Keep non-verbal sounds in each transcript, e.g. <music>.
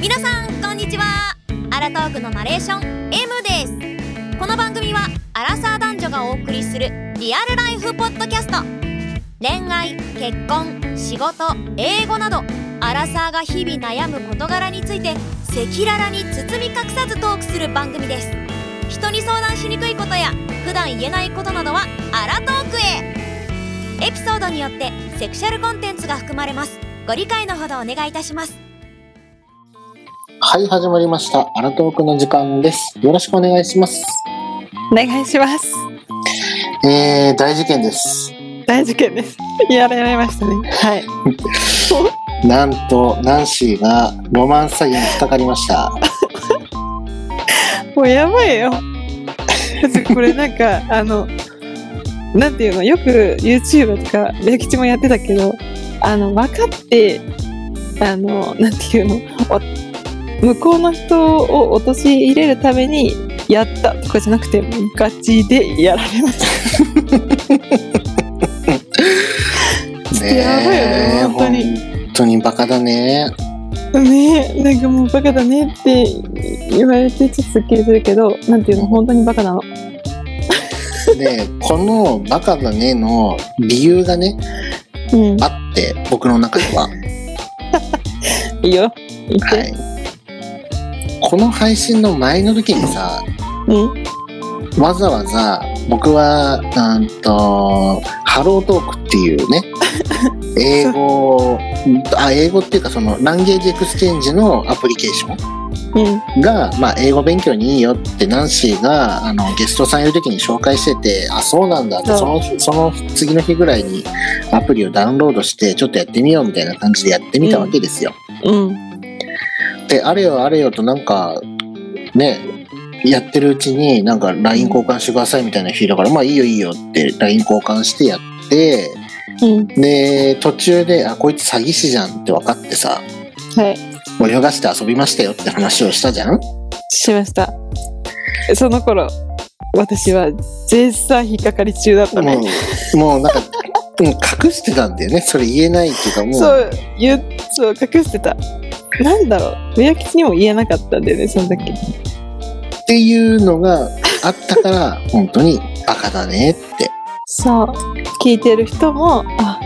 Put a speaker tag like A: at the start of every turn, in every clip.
A: 皆さんこんにちはアラトークのナレーション M ですこの番組はアラサー男女がお送りするリアルライフポッドキャスト恋愛結婚仕事英語などアラサーが日々悩む事柄について赤裸々に包み隠さずトークする番組です人に相談しにくいことや普段言えないことなどはアラトークへエピソードによってセクシャルコンテンツが含まれますご理解のほどお願いいたします
B: はい、始まりました。アラトークの時間です。よろしくお願いします。
C: お願いします。
B: えー、大事件です。
C: 大事件です。やられましたね。はい。
B: なんと、ナンシーがロマンス詐欺に引っかかりま
C: <laughs>
B: した。
C: もうやばいよ。 <laughs> 別にこれなんか、あの、なんていうの、よく YouTuber とか、レキチもやってたけど、あの、分かって、あの、なんていうの、お向こうの人を陥れるためにやったとかじゃなくて、もうガチでやられました。やばいよね
B: え
C: 本当に
B: 本当にバカだね。
C: ね <laughs> えなんかもうバカだねって言われてちょっとすっきりするけどなんていうの本当にバカなの
B: で、このバカだねの理由がね、
C: うん
B: あって、僕の中で
C: <laughs>
B: は。はい
C: いよ言って、
B: い。この配信の前の時にさ、
C: うん
B: わざわざ僕はなんとハロートークっていう <laughs> ね英語あ英語っていうかそのランゲージエクスチェンジのアプリケーショ
C: うん
B: ンが、まあ、英語勉強にいいよってナンシーがあのゲストさんいる時に紹介しててあそうなんだってそ
C: そ
B: のその次の日ぐらいにアプリをダウンロードしてちょっとやってみようみたいな感じでやってみたわけですよ。
C: うん
B: であれよあれよとなんかねやってるうちになんか LINE 交換してくださいみたいな日だからまあいいよいいよって LINE 交換してやって
C: うん
B: で途中であこいつ詐欺師じゃんって分かってさ
C: はい
B: 泳がして遊びましたよって話をしたじゃん
C: しましたその頃私は絶賛引っかかり中だったね、
B: もうもうなんか <laughs> うん隠してたんだよねそれ言えないっていうかもう
C: そう言うそう隠してたなんだろう親吉にも言えなかったんだよねその時
B: っていうのがあったから本当にバカだねって
C: そう聞いてる人もあ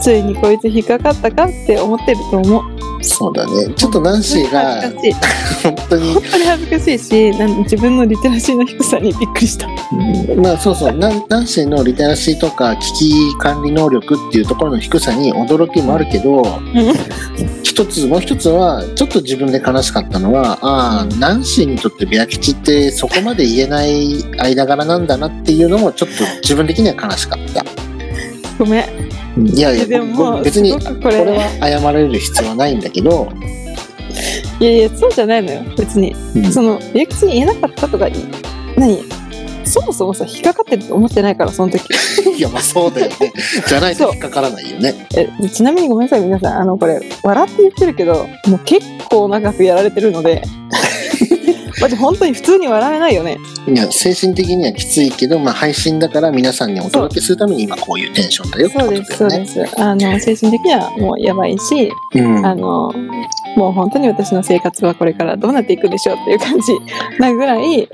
C: ついにこいつ引っかかったかって思ってると思う
B: そうだねちょっとナンシーが
C: 恥ずかしい
B: 本当に
C: 本当に恥ずかしいしなん自分のリテラシーの低さにびっくりした
B: まあそうそう男男子のリテラシーとか危機管理能力っていうところの低さに驚きもあるけど一つもう一つはちょっと自分で悲しかったのはああ男子にとってベア吉ってそこまで言えない間柄なんだなっていうのもちょっと自分的には悲しかった
C: ごめん
B: いやい
C: で
B: や
C: ももう
B: 別に
C: す
B: こ
C: ごくこ
B: れ
C: れ
B: は謝られる必要はないんだけど、
C: いやいやそうじゃないのよ別に
B: うん
C: その理屈に言えなかったとかい何そもそもさ引っかかってると思ってないからその時
B: <laughs> いやまあそうだよねじゃないと引っかからないよね
C: えちなみにごめんなさい皆さんあのこれ笑って言ってるけどもう結構長くやられてるので <laughs> マジ本当に普通に笑えないよね
B: いや精神的にはきついけど、まあ、配信だから皆さんにお届けするために今こういうテンションだよってこ
C: そ
B: と
C: う
B: だよね
C: ですそうですあの精神的にはもうやばいし、
B: うん、
C: あのもう本当に私の生活はこれからどうなっていくでしょうっていう感じ <laughs> なぐらい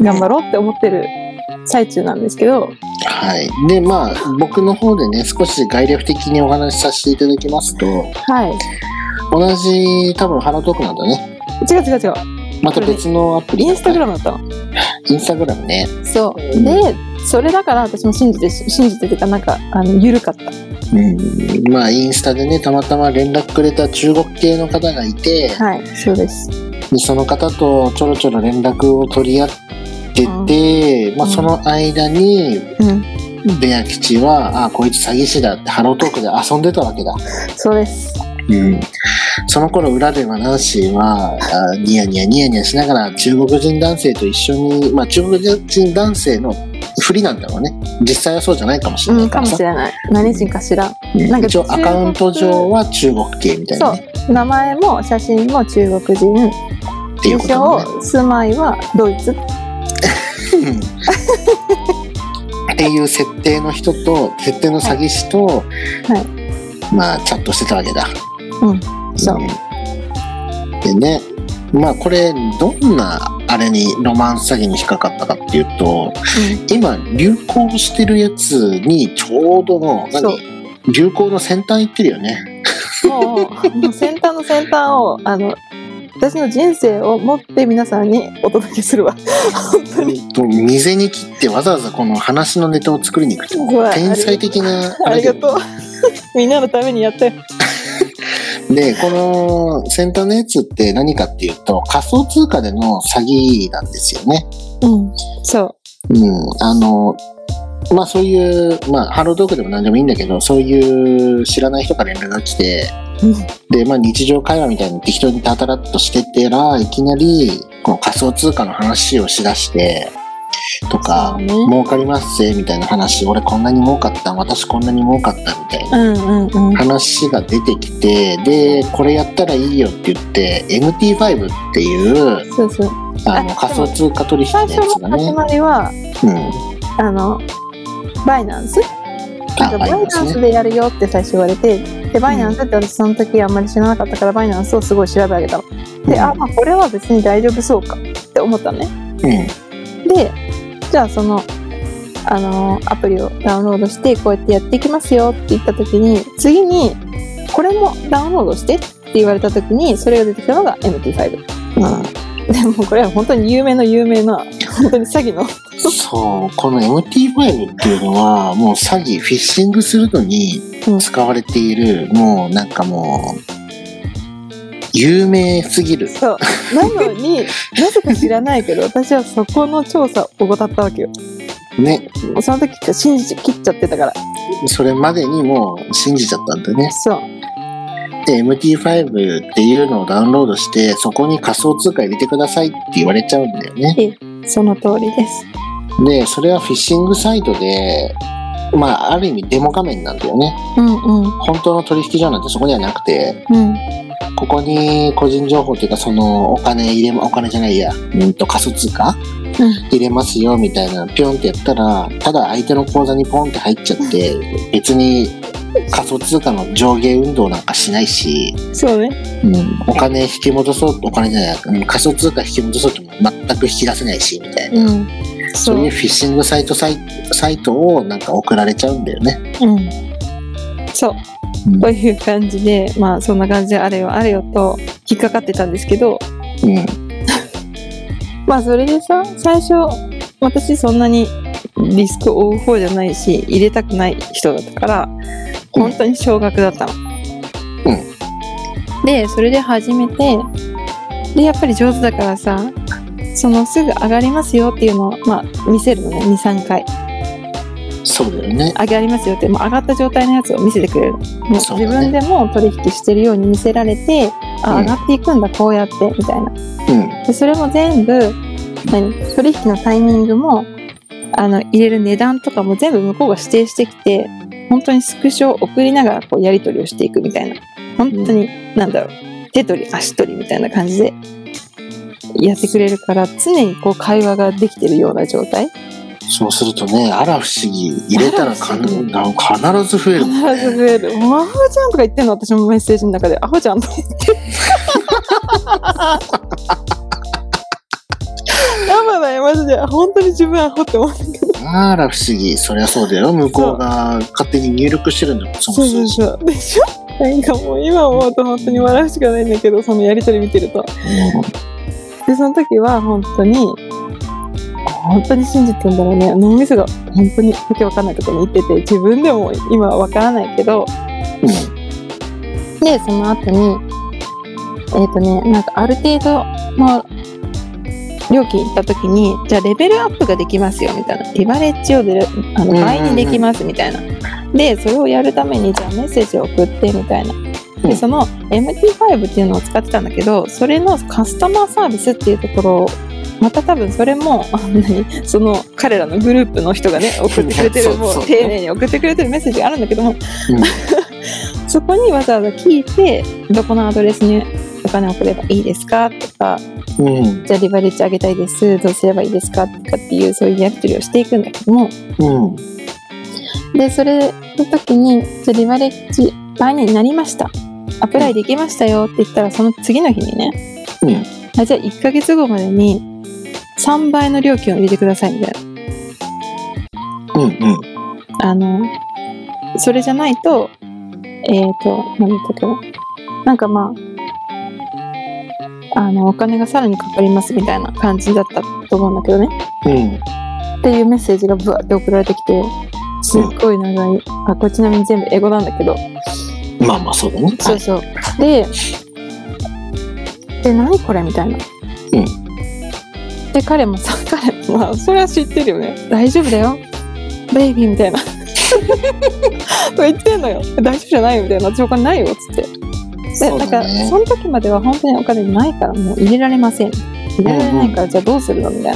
C: 頑張ろうって思ってる最中なんですけど
B: はい。で、まあ、僕の方でね、少し概略的にお話しさせていただきますと、
C: はい
B: 同じ、多分、ハロートークなんだね。
C: 違う違う違う
B: また別のアプリ。
C: インスタグ
B: ム。
C: ラムだったの
B: インスタグラムね。
C: そう
B: うん
C: でそれだから私も信じて信じててかなんかあの緩かった
B: うん。まあ、インスタでね、たまたま連絡くれた中国系の方がいて、
C: はいそうです
B: でその方とちょろちょろ連絡を取り合ってて、まあ、
C: うん
B: その間に、
C: うん
B: ベア吉は、あ、こいつ詐欺師だって、ハロートークで遊んでたわけだ。
C: そうです
B: うん、その頃裏ではナンシーはあニヤニヤニヤニヤしながら中国人男性と一緒に、まあ、中国人男性のふりなんだろうね実際はそうじゃないかもしれな
C: う
B: い
C: ん
B: か
C: からも
B: さ
C: しれない何人か知らん
B: うん
C: なんか
B: 一応アカウント上は中国系みたいな、ね、
C: そう名前も写真も中国人
B: っていう
C: 優
B: ことだね
C: 勝住まいはドイツ
B: うん <laughs> っていう設定の人と設定の詐欺師と、
C: いは
B: まあチャットしてたわけだ。
C: うんそう
B: うんでね、まあこれ、どんなあれにロマンス詐欺に引っかかったかっていうと、今流行してるやつにちょうどの、
C: そ
B: 何流行の先端行ってるよね。
C: もうもう先端の先端をあの私の人生を持って皆さんにお届けするわ本当に
B: と未然に切ってわざわざこの話のネタを作りに行くって
C: うわ
B: 天才的な
C: あり
B: だけ
C: がと
B: ど
C: う <laughs> みんなのためにやって
B: で、この先端のやつって何かっていうと、仮想通貨での詐欺なんですよね。
C: うんそ
B: うん、あの、まあそういう、まあハロートークでも何でもいいんだけど、そういう知らない人から連絡が来て、
C: うん
B: で、まあ日常会話みたいに適当にタタラっとしてたら、いきなり、こう仮想通貨の話をしだして、とか、
C: そうね
B: 儲かりますぜ、みたいな話、俺こんなに儲かった、私こんなに儲かった、みたいな。
C: ううんうんうん
B: 話が出てきて、で、これやったらいいよって言って、MT5 っていう、
C: そうそう
B: あ
C: あで
B: の、
C: も
B: 仮想通貨取引
C: 最
B: のや
C: 初
B: つが
C: の始
B: ね。
C: まりは
B: うん。
C: あのバイナンスなん
B: あ、
C: か
B: あ
C: バ
B: り
C: イ
B: ます
C: ナンス
B: ね。
C: でやるよって最初言われてでバイナンスって私その時あんまり知らなかったからバイナンスをすごい調べ上げたのであまあこれは別に大丈夫そうかって思ったのね
B: う
C: でじゃあそのあのアプリをダウンロードしてこうやってやっていきますよって言った時に次にこれもダウンロードしてって言われた時にそれが出てきたのが MT5
B: ん。うん。
C: でもこれは本当に有名の有名な本当に詐欺の
B: そう、この MT5 っていうのは、もう詐欺、フィッシングするのに
C: うん
B: 使われている、もうなんかもう、有名すぎる。
C: そうなの <laughs> になぜか知らないけど私はそこの調査を怠ったわけよ
B: ね。
C: もうその時から信じ切っちゃってたから
B: それまでにもう信じちゃったんだね。
C: そう
B: で、MT5 っていうのをダウンロードして、そこに仮想通貨入れてくださいって言われちゃうんだよね。
C: その通りです
B: で、それはフィッシングサイトで、まあ、ある意味デモ画面なんだよね。
C: うんうん
B: 本当の取引所なんてそこにはなくて、
C: うん
B: ここに個人情報というかそのお金入れまお金じゃないや、うん、と仮想通貨、
C: うん
B: 入れますよみたいなピョンってやったらただ相手の口座にポンって入っちゃって別に仮想通貨の上下運動なんかしないし、
C: そうね
B: うん、お金引き戻そうお金じゃない、うん仮想通貨引き戻そうとも全く引き出せないしみたいな、
C: うんそ
B: そう
C: う
B: いうフィッシングサイトサイサイトをなんか送られちゃうんだよね。
C: うん、そう、
B: うん
C: という感じでまあそんな感じであれよあれよと引っかかってたんですけど
B: うん
C: まあそれでさ最初私そんなにリスクを負う方じゃないし入れたくない人だったから本当に少額だったの。でそれで始めてでやっぱり上手だからさそのすぐ上がりますよっていうのを、まあ、見せるのね23回
B: そうだよね。
C: 上がりますよってもう上がった状態のやつを見せてくれるもう
B: そ
C: 自
B: うだね
C: 分でも取引してるように見せられて、あ
B: うん
C: 上がっていくんだこうやってみたいな
B: うん
C: でそれも全部何取引のタイミングもあの入れる値段とかも全部向こうが指定してきて本当にスクショを送りながらこうやり取りをしていくみたいな本当に、なんだろう手取り足取りみたいな感じでやってくれるから常にこう会話ができてるような状態
B: そうするとね、あら不思議、入れたらか
C: あら不思議
B: なんか必ず増えるもん
C: 必ず
B: ね。
C: 増える。もうアホちゃんとか言ってんの私もメッセージの中で。アホちゃんとか言って。やばない、マジで。本当に自分アホって思って
B: あら不思議、そりゃそうだよ。向こうが勝手に入力してるんだもん、そ
C: そう
B: の
C: そ
B: 数
C: う
B: 字。
C: そう。でしょ <laughs> なんかもう今思うと本当に笑うしかないんだけど、そのやりとり見てると。で、その時は本当に、本当に信じてんだろうね。脳みそが本当にわけわかんないところに行ってて、自分でも今はわからないけど、
B: うん
C: でその後にえっ、とねなんかある程度の料金行った時にじゃあレベルアップができますよみたいなリバレッジをでるあの
B: うんうんうん
C: 倍にできますみたいな、でそれをやるためにじゃあメッセージを送ってみたいな
B: う
C: で
B: ん
C: その MT5 っていうのを使ってたんだけどそれのカスタマーサービスっていうところをまた多分それもあ何その彼らのグループの
B: <laughs>
C: 人がね送ってくれて
B: そ
C: る
B: う
C: も
B: そう
C: う丁寧に送ってくれてるメッセージがあるんだけどもそこにわざわざ聞いてどこのアドレスにお金を送ればいいですかとか
B: うん。うん。
C: じゃあリバレッジ上げたいですどうすればいいですかとかっていうそういうやり取りをしていくんだけども
B: うん。
C: でそれの時にじゃあリバレッジ倍になりましたアプライできましたよって言ったらその次の日にね
B: うん
C: あじゃあ1ヶ月後までに3倍の料金を入れてくださいみたい
B: うんうん
C: なあのそれじゃないとえっ、と何だったっけななんかまああのお金がさらにかかりますみたいな感じだったと思うんだけどね
B: うん
C: っていうメッセージがブワーって送られてきてすっごい長いあこれちなみに全部英語なんだけど
B: まあまあそうだね
C: そ
B: は
C: う
B: い
C: そう。で、え、何これみたいな。
B: うん
C: で、彼もさ、 <laughs> 彼も、まあ、それは知ってるよね。大丈夫だよ。ベイビーみたいな。 <laughs> と言ってんのよ。大丈夫じゃないよみたいな。私お金ないよ。つって。で、
B: そう
C: な
B: だ
C: んか、
B: ね
C: その時までは本当にお金ないから、もう入れられません。入れられないから、じゃあどうするのみたい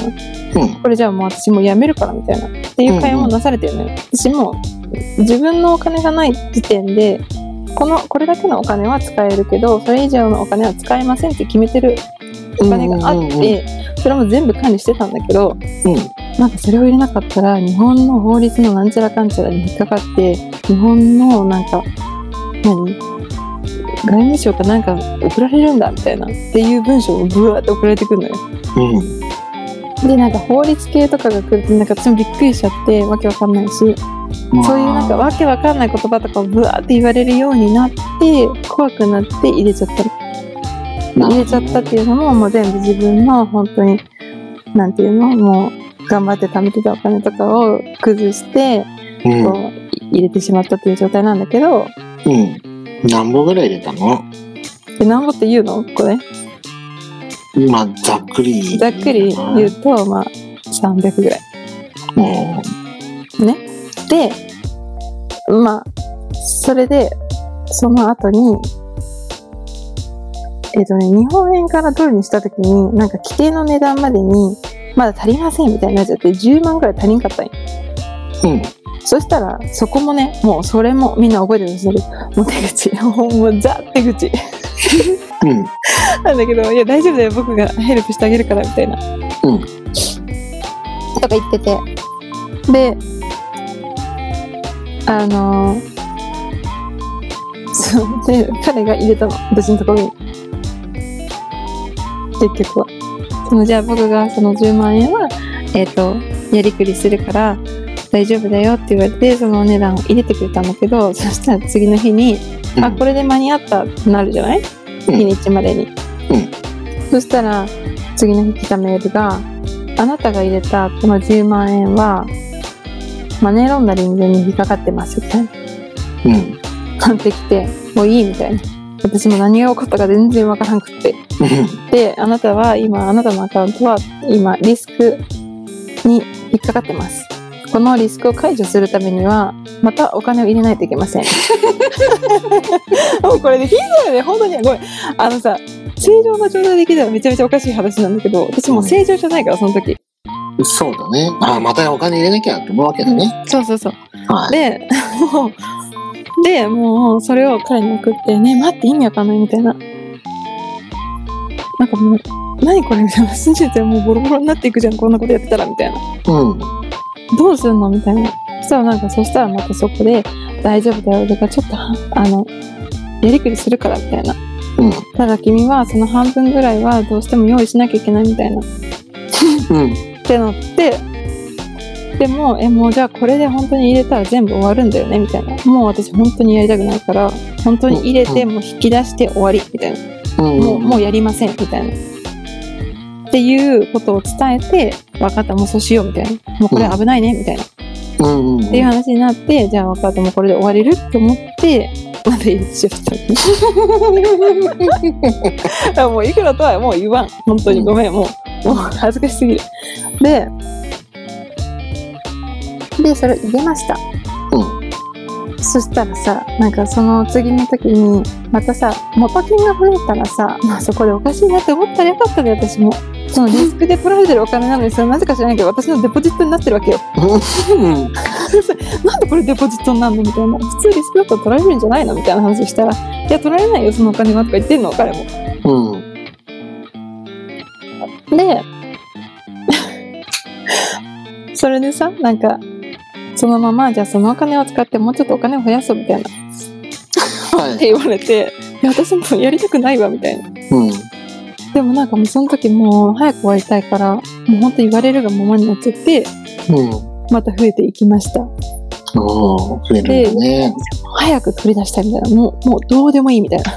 C: な。
B: うん
C: これじゃあもう私もう辞めるからみたいなっていう会話もなされてるのよ、私も自分のお金がない時点でこのこれだけのお金は使えるけどそれ以上のお金は使えませんって決めてるお金があっ
B: うん
C: て、
B: うんうん
C: それも全部管理してたんだけど
B: うん
C: なんかそれを入れなかったら日本の法律のなんちゃらかんちゃらに引っかかって日本のなんか何外務省かなんか送られるんだみたいなっていう文章をブワーって送られてくるのよ
B: うん
C: でなんか法律系とかが来るとなんか私もびっくりしちゃってわけわかんないしそういう
B: まあ
C: なんかわけわかんない言葉とかをブワーって言われるようになって怖くなって入れちゃった
B: なるほどね
C: 入れちゃったっていうのももう全部自分の本当になんていうのもう頑張って貯めてたお金とかを崩して
B: うん
C: こうい入れてしまったっていう状態なんだけど
B: うん何本ぐらい入れたの
C: でなんぼって言うのこれ
B: まあざっくり
C: ざっくり言うとまあ300ぐらい。
B: も
C: でまあそれでその後にえっ、とね日本円からドルにした時になんか規定の値段までにまだ足りませんみたいになっちゃって10万ぐらい足りんかったんよ
B: ううん
C: そしたらそこもねもうそれもみんな覚えてるんですけどもう手口 <laughs> もうザ手口
B: うん
C: なんだけどいや大丈夫だよ僕がヘルプしてあげるからみたいな
B: うん
C: とか言っててであのそうで彼が入れたの私のところに結局はそのじゃあ僕がその10万円はえっ、とやりくりするから大丈夫だよって言われてそのお値段を入れてくれたんだけどそしたら次の日に、
B: うん
C: あこれで間に合ったってなるじゃない、
B: ん
C: 日にちまでに、
B: うん
C: そしたら次の日来たメールがあなたが入れたこの10万円はマネーロンダリングに引っかかってますみたいな
B: うん
C: なってきてもういいみたいな私も何が起こったか全然わからんくってであなたは今あなたのアカウントは今リスクに引っかかってますこのリスクを解除するためにはまたお金を入れないといけません <laughs> もうこれできないよね本当にごめんあのさ正常な状態できたらめちゃめちゃおかしい話なんだけど私もう正常じゃないからその時、
B: うんそうだねあまたお金入れなきゃって思うわけだね
C: そうそうそう
B: はい
C: でもうでもうそれを彼に送って「ね待って意味わかんない」みたいななんかもう「何これ」みたいな信じてもうボロボロになっていくじゃんこんなことやってたらみたいな
B: うん
C: どうすんのみたいなそしたらなんかそしたらまたそこで「大丈夫だよ」だからちょっとはあのやりくりするからみたいな
B: うん
C: ただ君はその半分ぐらいはどうしても用意しなきゃいけないみたいな
B: うん
C: ってなってでもえもうじゃあこれで本当に入れたら全部終わるんだよねみたいなもう私本当にやりたくないから本当に入れて
B: う
C: もう引き出して終わりみたいな
B: うん
C: もうもうやりませんみたいなっていうことを伝えて分かったもうそうしようみたいなもうこれ危ないねみたいなっ
B: うんうん
C: ていう話になってじゃあ分かったもうこれで終われるって思ってまだ入れてしまった <laughs> あもういくらとはもう言わん本当にごめんもうもう恥ずかしすぎるででそれ入れました
B: うん
C: そしたらさなんかその次の時にまたさ元金が増えたらさ、まあ、そこでおかしいなって思ったらよかったね私もそのリスクで取られてるお金なのにそれなぜか知らないけど私のデポジットになってるわけよ
B: うん
C: なんでこれデポジットになるのみたいな普通リスクだったら取られるんじゃないのみたいな話をしたらいや取られないよそのお金はとか言ってんの彼も
B: うん
C: で <laughs> それでさなんかそのままじゃあそのお金を使ってもうちょっとお金を増やそうみたいなっ
B: は
C: て
B: い
C: 言われていや私もやりたくないわみたいな
B: うん
C: でもなんかもうその時もう早く終わりたいから、もう本当言われるがままになっちゃって、
B: うん。
C: また増えていきました。
B: おー増えるんだね。
C: 早く取り出したいみたいな。もう、もうどうでもいい
B: <laughs>
C: みたいな。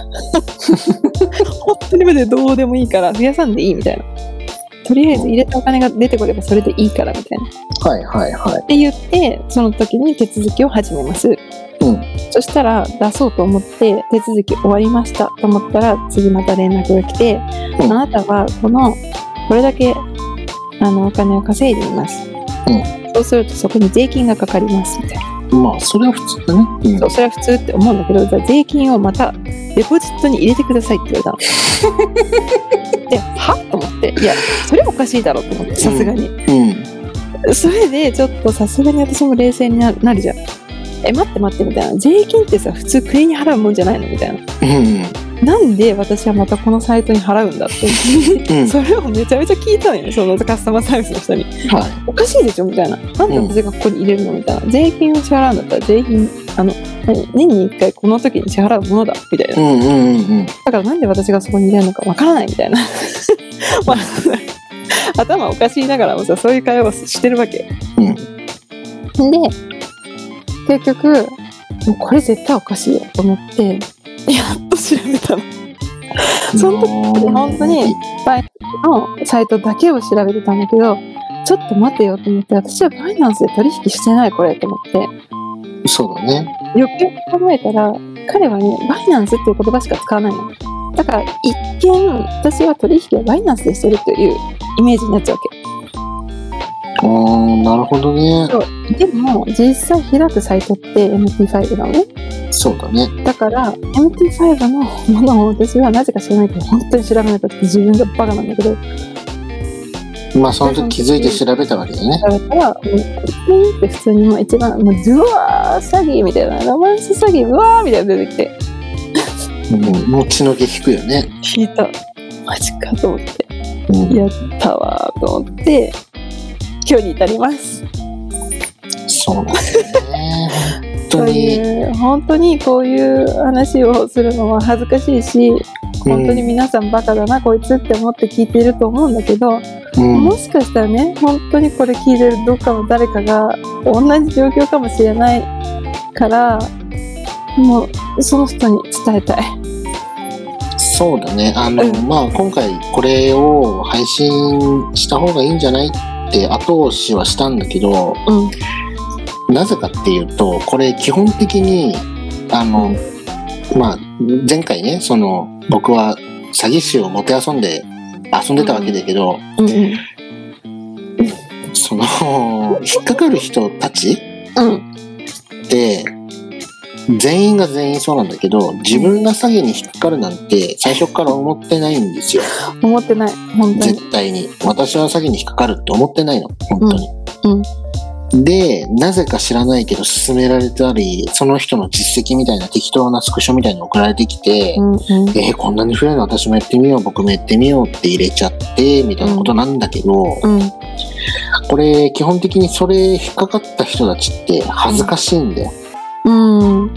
C: 本当にまでどうでもいいから、増やさんでいいみたいな。とりあえず入れたお金が出てこればそれでいいからみたいな。
B: はいはいはい。
C: って言ってその時に手続きを始めます、
B: ん
C: そしたら出そうと思って手続き終わりましたと思ったら次また連絡が来て、
B: うん
C: あなたはこのこれだけあのお金を稼いでいます、そうするとそこに税金がかかりますみたいな、
B: まあ、それは普通だね。うん
C: そうそれは普通って思うんだけどじゃあ税金をまたデポジットに入れてくださいって言われたのではと思っていやそれはおかしいだろうと思ってさすがに、
B: うん。
C: それでちょっとさすがに私も冷静にななるじゃん。え、待って待ってみたいな。税金ってさ、普通国に払うもんじゃないのみたいな。
B: うん。
C: なんで私はまたこのサイトに払うん
B: <laughs>
C: だって。
B: うん。
C: それをめちゃめちゃ聞いたのよ、そのカスタマーサービスの人に。
B: は
C: おかしいでしょみたいな。なんで私がここに入れるのみたいな。税金を支払うんだったら税金、あの、何年に1回この時に支払うものだ。みたい
B: い。う
C: な。
B: んうんうんうん。
C: だからなんで私がそこに入れるのかわからないみたいな。 <laughs> まあ、頭おかしいながらもさ、そういう会話をしてるわけ。
B: うん。
C: で結局もうこれ絶対おかしいよと思ってやっと調べたのその時
B: 時
C: 本当に。のサイトだけを調べてたんだけどちょっと待てよと思って私はファイナンスで取引してないこれと思って
B: そうだね。
C: よく考えたら彼はねバイナンスっていう言葉しか使わないのだから一見私は取引をバイナンスでしてるというイメージになっちゃうわけ
B: あー、なるほどね。
C: でも実際開くサイトって MT5 なのね
B: そうだね。
C: だから MT5 のものを私はなぜか知らないけど本当に調べなかった自分がバカなんだけど調
B: まあ、その時気づいて調べたわけだね。
C: べたらもうピーンって普通にもう一番もうズワー詐欺みたいなロマンス詐欺うわーみたいなの出てきて
B: うん。もう血の毛引くよね。
C: 聞いたマジかと思って
B: うん。
C: やったわーと思って今日に至ります
B: そうなんだね。本当
C: と
B: に。
C: いう本当にこういう話をするのは恥ずかしいし本当に皆さんバカだなこいつって思って聞いていると思うんだけど
B: うん。
C: もしかしたらね本当にこれ聞いてるどっかの誰かが同じ状況かもしれないからもうその人に伝えたい
B: そうだね。あの、
C: うん
B: まあ、今回これを配信した方がいいんじゃないって後押しはしたんだけど、
C: うん
B: なぜかっていうと、これ基本的に、あの、まあ、前回ね、その、僕は詐欺師をもて遊んで、遊んでたわけだけど、
C: うんうん
B: その、引っかかる人たち
C: うん
B: って、全員が全員そうなんだけど、自分が詐欺に引っかかるなんて最初から思ってないんですよ。
C: 思ってない本当に
B: 絶対に私は詐欺に引っかかるって思ってないの本当に、でなぜか知らないけど勧められたりその人の実績みたいな適当なスクショみたいに送られてきて、
C: うんうん
B: えーこんなに増えるの私もやってみよう僕もやってみようって入れちゃってみたいなことなんだけど、
C: うん
B: これ基本的にそれ引っかかった人たちって恥ずかしいんだよ、
C: うんうん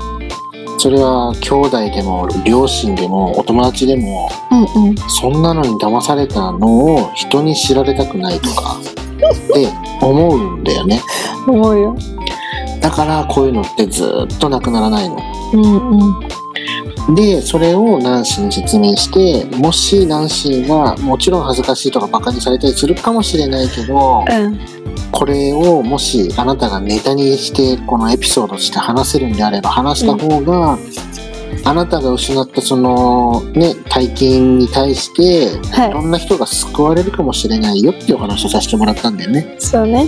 B: それは兄弟でも両親でもお友達でも
C: うん
B: そんなのに騙されたのを人に知られたくないとかって思うんだよね。
C: 思うよ
B: だからこういうのってずっとなくならないの。
C: うんうん
B: で、それをナンシーに説明して、もしナンシーがもちろん恥ずかしいとかバカにされたりするかもしれないけど、
C: うん
B: これをもしあなたがネタにしてこのエピソードとして話せるんであれば話した方が、あなたが失ったそのね、大金に対してい
C: は
B: ろんな人が救われるかもしれないよっていうお話をさせてもらったんだよね。
C: いそうね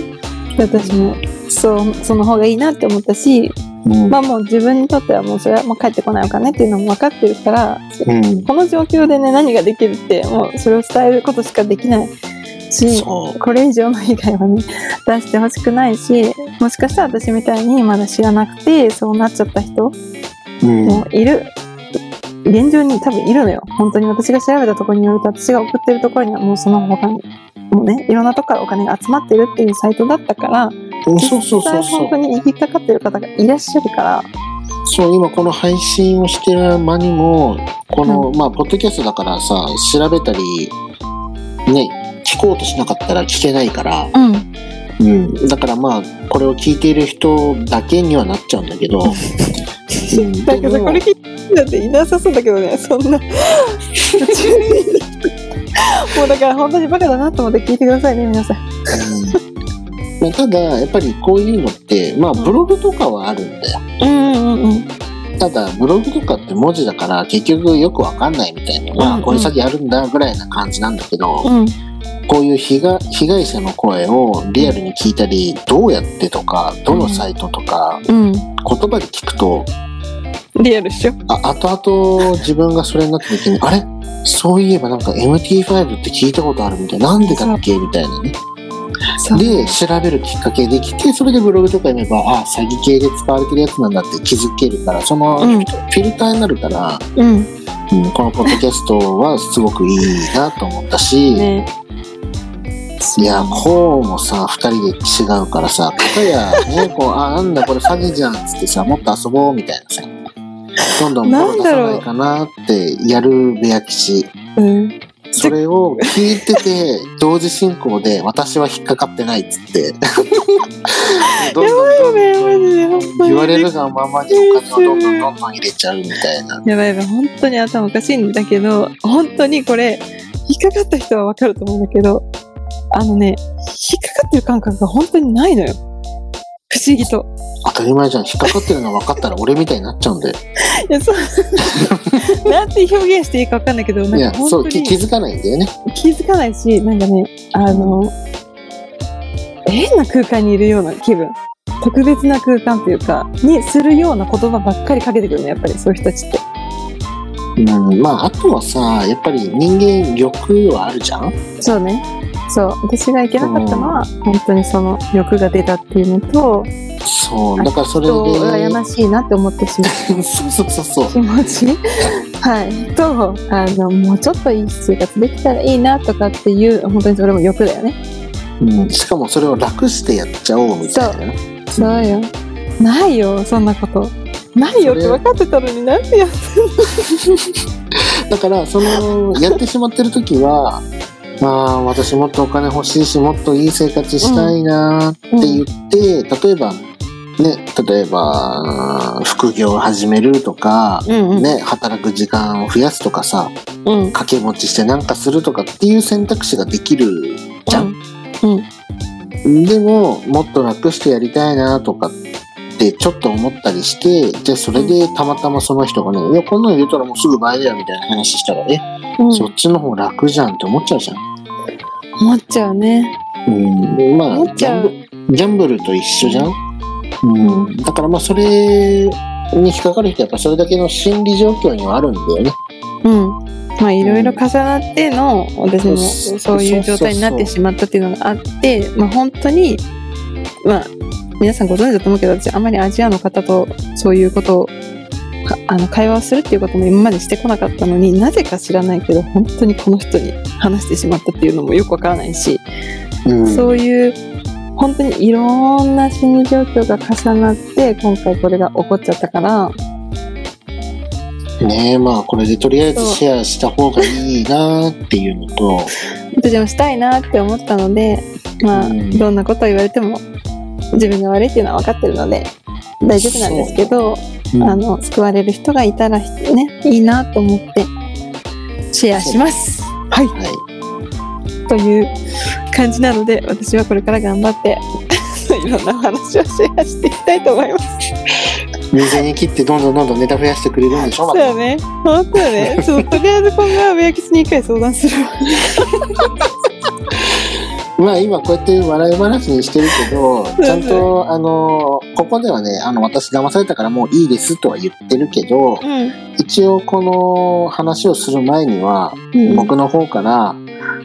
C: 私もそうその方がいいなって思ったし
B: うん
C: まあもう自分にとってはもうそれはもう帰ってこないお金っていうのも分かってるから
B: うん、
C: この状況でね何ができるってもうそれを伝えることしかできないし
B: そ
C: これ以上の被害はね出してほしくないしもしかしたら私みたいにまだ知らなくてそうなっちゃった人
B: う、うん
C: もいる、現状に多分いるのよ本当に私が調べたところによると私が送ってるところにはもうその他にもうねいろんなとこからお金が集まってるっていうサイトだったから
B: そうそうそう
C: 実際
B: そ
C: 本当
B: う
C: に引っかかってる方がいらっしゃるから
B: そう、今この配信をしてる間にも、この、まあ、ポッドキャストだからさ、調べたり、ね、聞こうとしなかったら聞けないから、
C: うん。
B: うん。だからまあ、これを聞いている人だけにはなっちゃうんだけ
C: <laughs>
B: ど、うん
C: なんか
B: で <laughs>
C: さ、
B: も
C: これ聞いてだっていなさそうだけどね、そんな。もうだから本当にバカだなと思って聞いてくださいね、皆さん。
B: まあただ、やっぱりこういうのって、まあ、ブログとかはあるんだよ。
C: うんうんうん。
B: ただブログとかって文字だから結局よくわかんないみたいな、ま
C: うん
B: あ
C: うん
B: これ先あるんだぐらいな感じなんだけど、
C: うん
B: こういう被害被害者の声をリアルに聞いたりどうやってとかどのサイトとか
C: うん。
B: 言葉で聞くと
C: リアルっしょ。
B: あ後々自分がそれになった時にあれそういえばなんか MT5 って聞いたことあるみたいななんでだっけみたいなね
C: そう。
B: で調べるきっかけできてそれでブログとか読めばあ詐欺系で使われてるやつなんだって気づけるからそのフ
C: うん
B: ィルターになるから、
C: うん。
B: うん、このポッドキャストはすごくいいなと思ったし、
C: ね
B: いや、こうもさ、二人で違うからさ、かた
C: <laughs>
B: やね、こう、あ、なんだこれ詐欺じゃんっつってさ、もっと遊ぼうみたいなさ、どんどんボロ出さないかなってやる部屋吉。
C: うん。
B: それを聞いてて、同時進行で私は引っかかってないっつっ
C: <laughs>
B: て。どんどんどん
C: やばいよねマジで
B: ど
C: 本
B: ん
C: 当に
B: 言われるがままにお金をどんどんどんどん入れちゃうみたいな。
C: やばいやばい、本当に頭おかしいんだけど、本当にこれ、引っかかった人はわかると思うんだけど、あのね、引っかかってる感覚が本当にないのよ。不思議と。
B: 当たり前じゃん。引っかかってるの分かったら俺みたいになっちゃうんだよ。
C: いや、そう。
B: <laughs>
C: なんて表現していいかわかんないけど、
B: い
C: な
B: や
C: んか、本
B: そ
C: 当
B: う、
C: に
B: き気づかないんだよね。
C: 気づかないし、なんかね、あの、変な空間にいるような気分。特別な空間というか、にするような言葉ばっかりかけてくるね、やっぱりそういう人たちって。
B: うん、まあ、あとはさ、やっぱり人間欲はあるじゃん
C: そうね。そう。私がいけなかったのは、本当にその欲が出たっていうのと、
B: そう、
C: あ
B: だからそれ
C: 人を羨ま
B: で、
C: しいなって思ってしま
B: <laughs>
C: う
B: そうそうそうそう。
C: 気持
B: <laughs>
C: ち。はい。と、あの、もうちょっといい生活できたらいいなとかっていう、本当にそれも欲だよね。
B: うん、しかもそれを楽してやっちゃおうみたいなね。
C: そうよ。ないよ、そんなこと。ないよって分かってたのになんでやっ
B: だから、そ
C: <laughs>
B: の、やってしまってる時は、まあ、私もっとお金欲しいし、もっといい生活したいなって言って、例えば、ね、例えば、副業を始めるとか、
C: うんうん
B: ね、働く時間を増やすとかさ、
C: うん
B: 掛け持ちしてなんかするとかっていう選択肢ができるじゃん。でももっと楽してやりたいなとかってちょっと思ったりしてじゃあそれでたまたまその人がね「いやこんなの入れたらもうすぐ倍だよ」みたいな話したら「え、
C: うん
B: そっちの方楽じゃん」って思っちゃうじゃん。
C: 思っちゃうね
B: うん、まあ
C: 思っ
B: ギ
C: ちゃ
B: ャン
C: う
B: ブギャンブルと一緒じゃん。うん、だからまあそれに引っかかる人はやっぱそれだけの心理状況にはあるんだよね。
C: うんまあいろいろ重なっての私もそういう状態になってしまったっていうのがあってまあ本当にまあ皆さんご存知だと思うけど私あまりアジアの方とそういうことをかあの会話をするっていうことも今までしてこなかったのになぜか知らないけど本当にこの人に話してしまったっていうのもよくわからないし
B: うん、
C: そういう本当にいろんな心理状況が重なって今回これが起こっちゃったから
B: ねえまあこれでとりあえずシェアした方がいいなっていうのと。
C: 私もしたいなって思ったのでまあ
B: うん
C: どんなことを言われても自分が悪いっていうのは分かってるので大丈夫なんですけど、
B: うん
C: あの救われる人がいたらねいいなと思ってシェアします。はい、
B: はい
C: という感じなので私はこれから頑張って <laughs> いろんなお話をシェアしていきたいと思います。
B: 未然に切ってどんどんどんどんネタ増やしてくれるんでしょ
C: そうよね。本当よね。ちょっととりあえず今後は上吉に一回相談するわ。
B: まあ今こうやって笑い話にしてるけど
C: う
B: ちゃんとあのここではねあの私騙されたからもういいですとは言ってるけど
C: うん。
B: 一応この話をする前には
C: うん
B: 僕の方から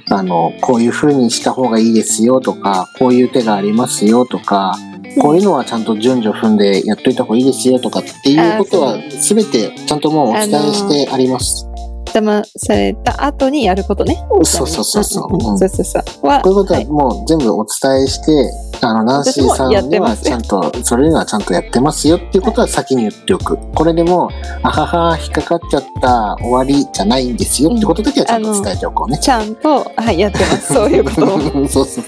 B: あのこういう風にした方がいいですよとかこういう手がありますよとかこういうのはちゃんと順序踏んでやっといた方がいいですよとかっていうことは
C: あ
B: 全てちゃんともうお伝えしてあります。
C: 邪魔された後にやることね。
B: そうそうそうそう。うん
C: んそうそうそう。は
B: こういうこと
C: は
B: はいもう全部お伝えして、あの、ナンシーさん
C: 私もやって
B: に
C: ま
B: は
C: す
B: ちゃんと、それにはちゃんとやってますよっていうことは先に言っておく。これでもう、あはは、引っかかっちゃった、終わりじゃないんですよってことだけはちゃんと伝えておこうね。
C: ちゃんと、はい、やってます。そういうこと
B: <laughs> そ
C: を。
B: うそうそう。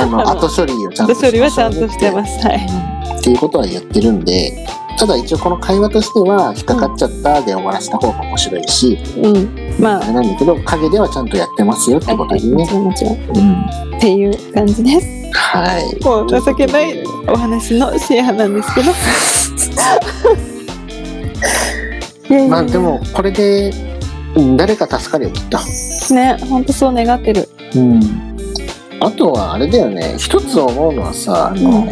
B: あの、
C: あの
B: 後処理をちゃんと
C: 後処理はちゃんとしてます。はい。
B: っていうことは言ってるんで、ただ一応この会話としては、引っかかっちゃったで終わらせた方が面白いし、
C: うん。ま
B: あ
C: あ、
B: れなんだけど、影ではちゃんとやってますよってこと
C: はい、
B: に
C: も
B: ね
C: ち。ろんもちろん。
B: うん。
C: っていう感じです。
B: はい。
C: もう情けないお話のシェアなんです
B: <laughs>
C: けど。いやいやいや
B: まあでも、これで、うん誰か助かるよ、きっと。
C: ね、本当そう願ってる。
B: うん。あとはあれだよね、一つ思うのはさ、あの、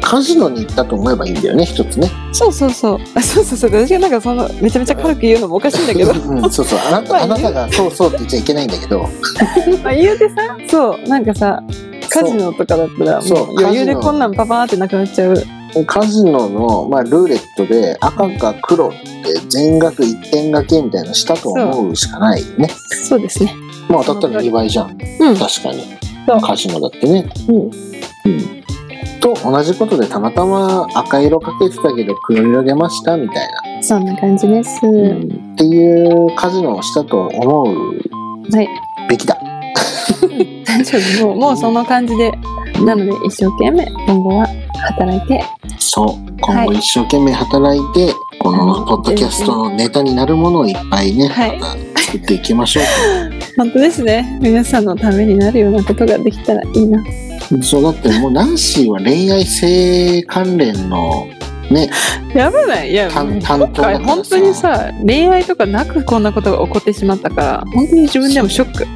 B: カジノに行ったと思えばいいんだよね、一つね。
C: そうそうそう。あ、そうそうそう。私がなんかそのめちゃめちゃ軽く言うのもおかしいんだ
B: <laughs>
C: けど、
B: うん、そうそう。あな
C: <laughs> まあ
B: た、あなたがそうそうって言っちゃいけないんだけど、
C: まあ言うてさ、そうなんかさ、カジノとかだったら
B: そう
C: もう余裕
B: カジ
C: で
B: ノ
C: こんなんパパーってなくなっちゃう。
B: カジノの、まあ、ルーレットで赤か黒って全額一点掛けみたいなのしたと思うしかないよね。
C: そうですね。
B: まあ当たったら2倍じゃん。
C: うん。
B: 確かに
C: そう。
B: カジノだってね。
C: うん。
B: うん。と同じことでたまたま赤色かけてたけど黒色出ましたみたいな。
C: そんな感じです。
B: っていうカジノをしたと思う
C: はい。
B: べきだ。
C: 大丈夫。もうもう <laughs> その感じで、なので一生懸命今後は働いて。
B: そう。今後一生懸命働いて、このポッドキャストのネタになるものをいっぱいね、
C: はい
B: また作っていきましょう。
C: 本当ですね。皆さんのためになるようなことができたらいいな。
B: そうだってもうナンシーは恋愛性関連のね
C: やばない。いや。
B: 担担当だから
C: 今回本当にさ恋愛とかなくこんなことが起こってしまったから本当に自分でもショック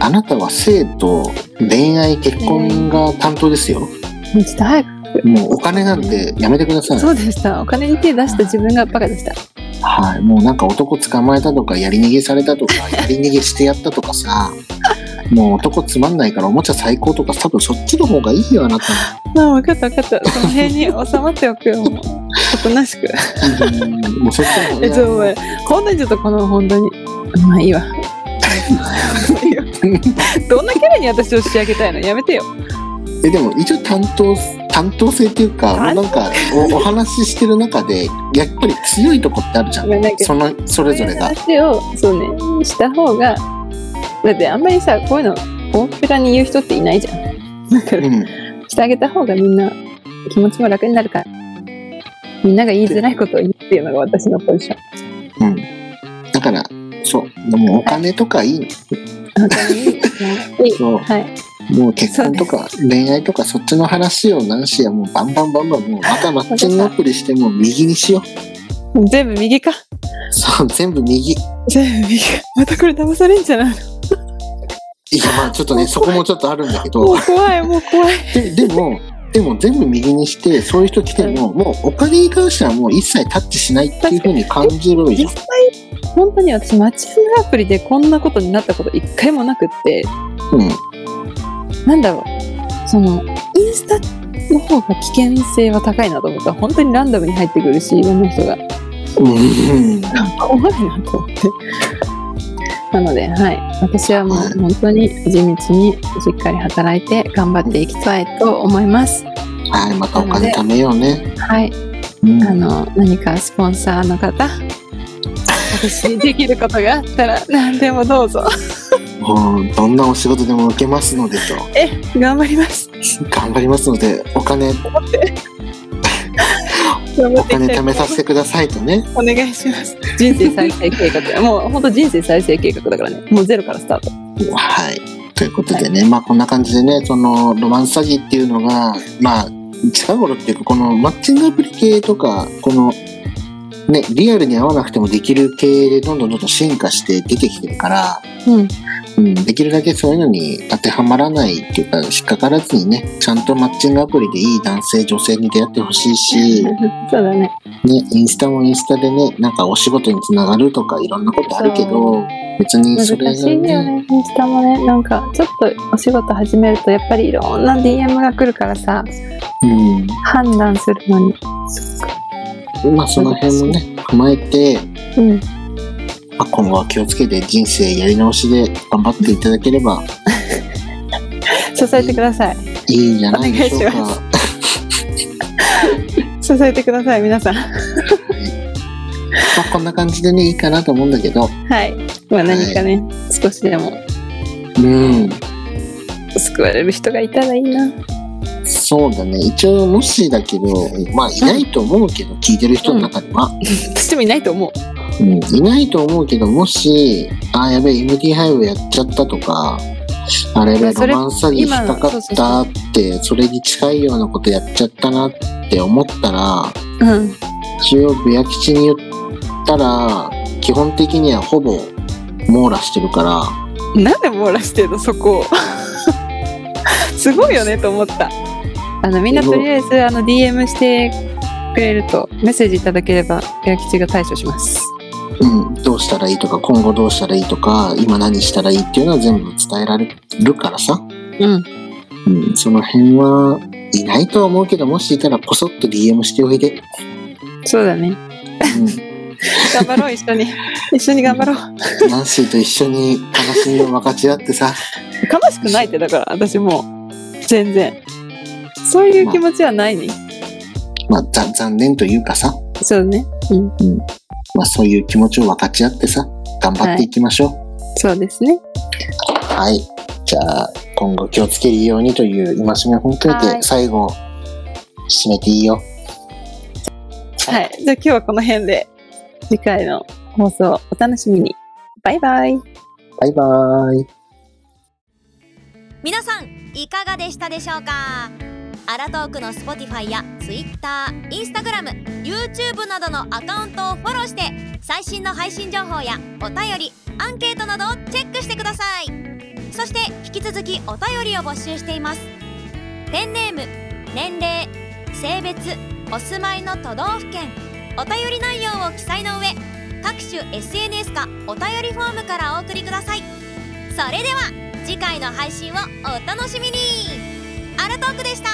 B: あなたは性と恋愛結婚が担当ですよ、
C: もうちょっと早く
B: もうお金なんてやめてください、
C: そうでしたお金に手出した自分がバカでした
B: はいもうなんか男捕まえたとかやり逃げされたとかやり逃げしてやったとかさもう男つまんないからおもちゃ最高とか多分そっちの方がいいよあなた
C: まあ分かった分かったその辺に収まってお
B: <laughs>
C: くよもうおとなしく
B: もうそっちの方がい
C: え
B: い
C: ちょっとお前こんなにちょっとこの本当にまあいいわ <laughs> いいわどんなキャラに私を仕上げたいのやめてよ
B: <laughs> えでも一応担当担当性っていうか
C: 担
B: もうなんかおお話ししてる中でやっぱり強いとこってあるじゃん
C: ごめんなんか
B: そのそれぞれが
C: そういう話をそうねした方がだってあんまりさこういうの大っぺらに言う人っていないじゃんだから
B: うん
C: してあげた方がみんな気持ちも楽になるからみんなが言いづらいことを言うっていうのが私のポジション
B: うんだからそうもうお金とかいい
C: 本当にいいですね
B: の、
C: はい
B: もう結婚とか恋愛とかそっちの話を何しやもうバンバンバンバンもうまたマッチングアプリしてもう右にしよ
C: 全部右か
B: うそう全部右い
C: 全部右かまたこれ騙されんじゃない
B: やまあちょっとねそこもちょっとあるんだけ
C: も
B: ど
C: う怖いもう怖い
B: ででもでも全部右にしてそういう人来てももうお金に関してはもう一切タッチしないっていう風に感じるじゃ
C: 実
B: ん
C: 際本当に私マッチングアプリでこんなことになったこと一回もなくって
B: うん
C: なんだろうそのインスタの方が危険性は高いなと思った本当にランダムに入ってくるしいろんな人が <laughs>
B: うん
C: 怖いなと思って。なので、はい、私はもう本当に地道にしっかり働いて頑張っていきたいと思います。
B: はいまたお金貯めようね、
C: はい、
B: うん
C: あの何かスポンサーの方、私にできることがあったら何でもどうぞ。
B: もうどんなお仕事でも受けますのでと
C: え、頑張ります。
B: 頑張りますのでお金
C: 頑張
B: お
C: ってい
B: 金
C: きた
B: 貯
C: い
B: めさせてくださいとね
C: お願いします。人生再生計画、もう本当人生再生計画だからね。もうゼロからスタート。
B: はいということでね、まあこんな感じでねそのロマンス詐欺っていうのがまあ近頃っていうかこのマッチングアプリ系とかこのねリアルに合わなくてもできる系でどんどんどんどん進化して出てきてるから、
C: うん、
B: うん、できるだけそういうのに当てはまらないっていうか引っかからずにねちゃんとマッチングアプリでいい男性女性に出会ってほしいし。
C: そうだね。
B: ね、インスタもインスタでね、なんかお仕事につながるとかいろんなことあるけど、別に
C: 難し
B: そ
C: い
B: れが
C: よ
B: ね、
C: ねインスタもねなんかちょっとお仕事始めるとやっぱりいろんな DM が来るからさ
B: う
C: 判断するのに
B: ん。まあその辺もね、踏まえて、
C: うん
B: まあ今後は気をつけて人生やり直しで頑張っていただければ
C: 支えてください
B: いいんじゃないでしょう
C: お願い
B: か。
C: 支えてください皆さん
B: まあ、こんな感じでねいいかなと思うんだけど
C: はいまあ何かね、少しでも
B: うん
C: 救われる人がいたらいいな
B: そうだね一応もしだけどまあいないと思うけど、聞いてる人の中には、
C: してもいないと思
B: う
C: う
B: んいないと思うけどもしあーやべえ MD5 やっちゃったとかあれやべえ
C: それ
B: ロマンス詐欺引っかか
C: 今そう
B: っ
C: そう
B: た
C: そ
B: ってそれに近いようなことやっちゃったなって思ったら
C: うん
B: それを部屋吉に言ったら基本的にはほぼ網羅してるから。
C: なんで網羅してんのそこ <laughs> すごいよねと思ったあのみんなとりあえずあの DM してくれるとメッセージいただければペア吉が対処します
B: うん、どうしたらいいとか今後どうしたらいいとか今何したらいいっていうのは全部伝えられるからさ、
C: うん
B: うん、その辺はいないとは思うけどもしいたらこそっと DM しておいで、
C: そうだね
B: う、
C: 頑張ろう一緒に <laughs> 一緒に頑張ろうん
B: ナンシーと一緒に悲しみを分かち合ってさ
C: 悲しくないってだから私もう全然そういう気持ちはないね、
B: まあざ残念というかさ、
C: そうねうん
B: まあ、そういう気持ちを分かち合ってさ頑張っていきましょう
C: そうですね
B: はい、じゃあ今後気をつけるようにという戒めを含め
C: は
B: て
C: い
B: 最後締めていいよ
C: はいじゃあ今日はこの辺で次回の放送お楽しみにバイバイ
B: バイバーイ
A: 皆さんいかがでしたでしょうかアラトークの Spotify や TwitterInstagram、YouTube などのアカウントをフォローして最新の配信情報やお便り、アンケートなどをチェックしてくださいそして引き続きお便りを募集していますペンネーム、年齢、性別、お住まいの都道府県お便り内容を記載の上各種 SNS かお便りフォームからお送りくださいそれでは次回の配信をお楽しみにアラトークでした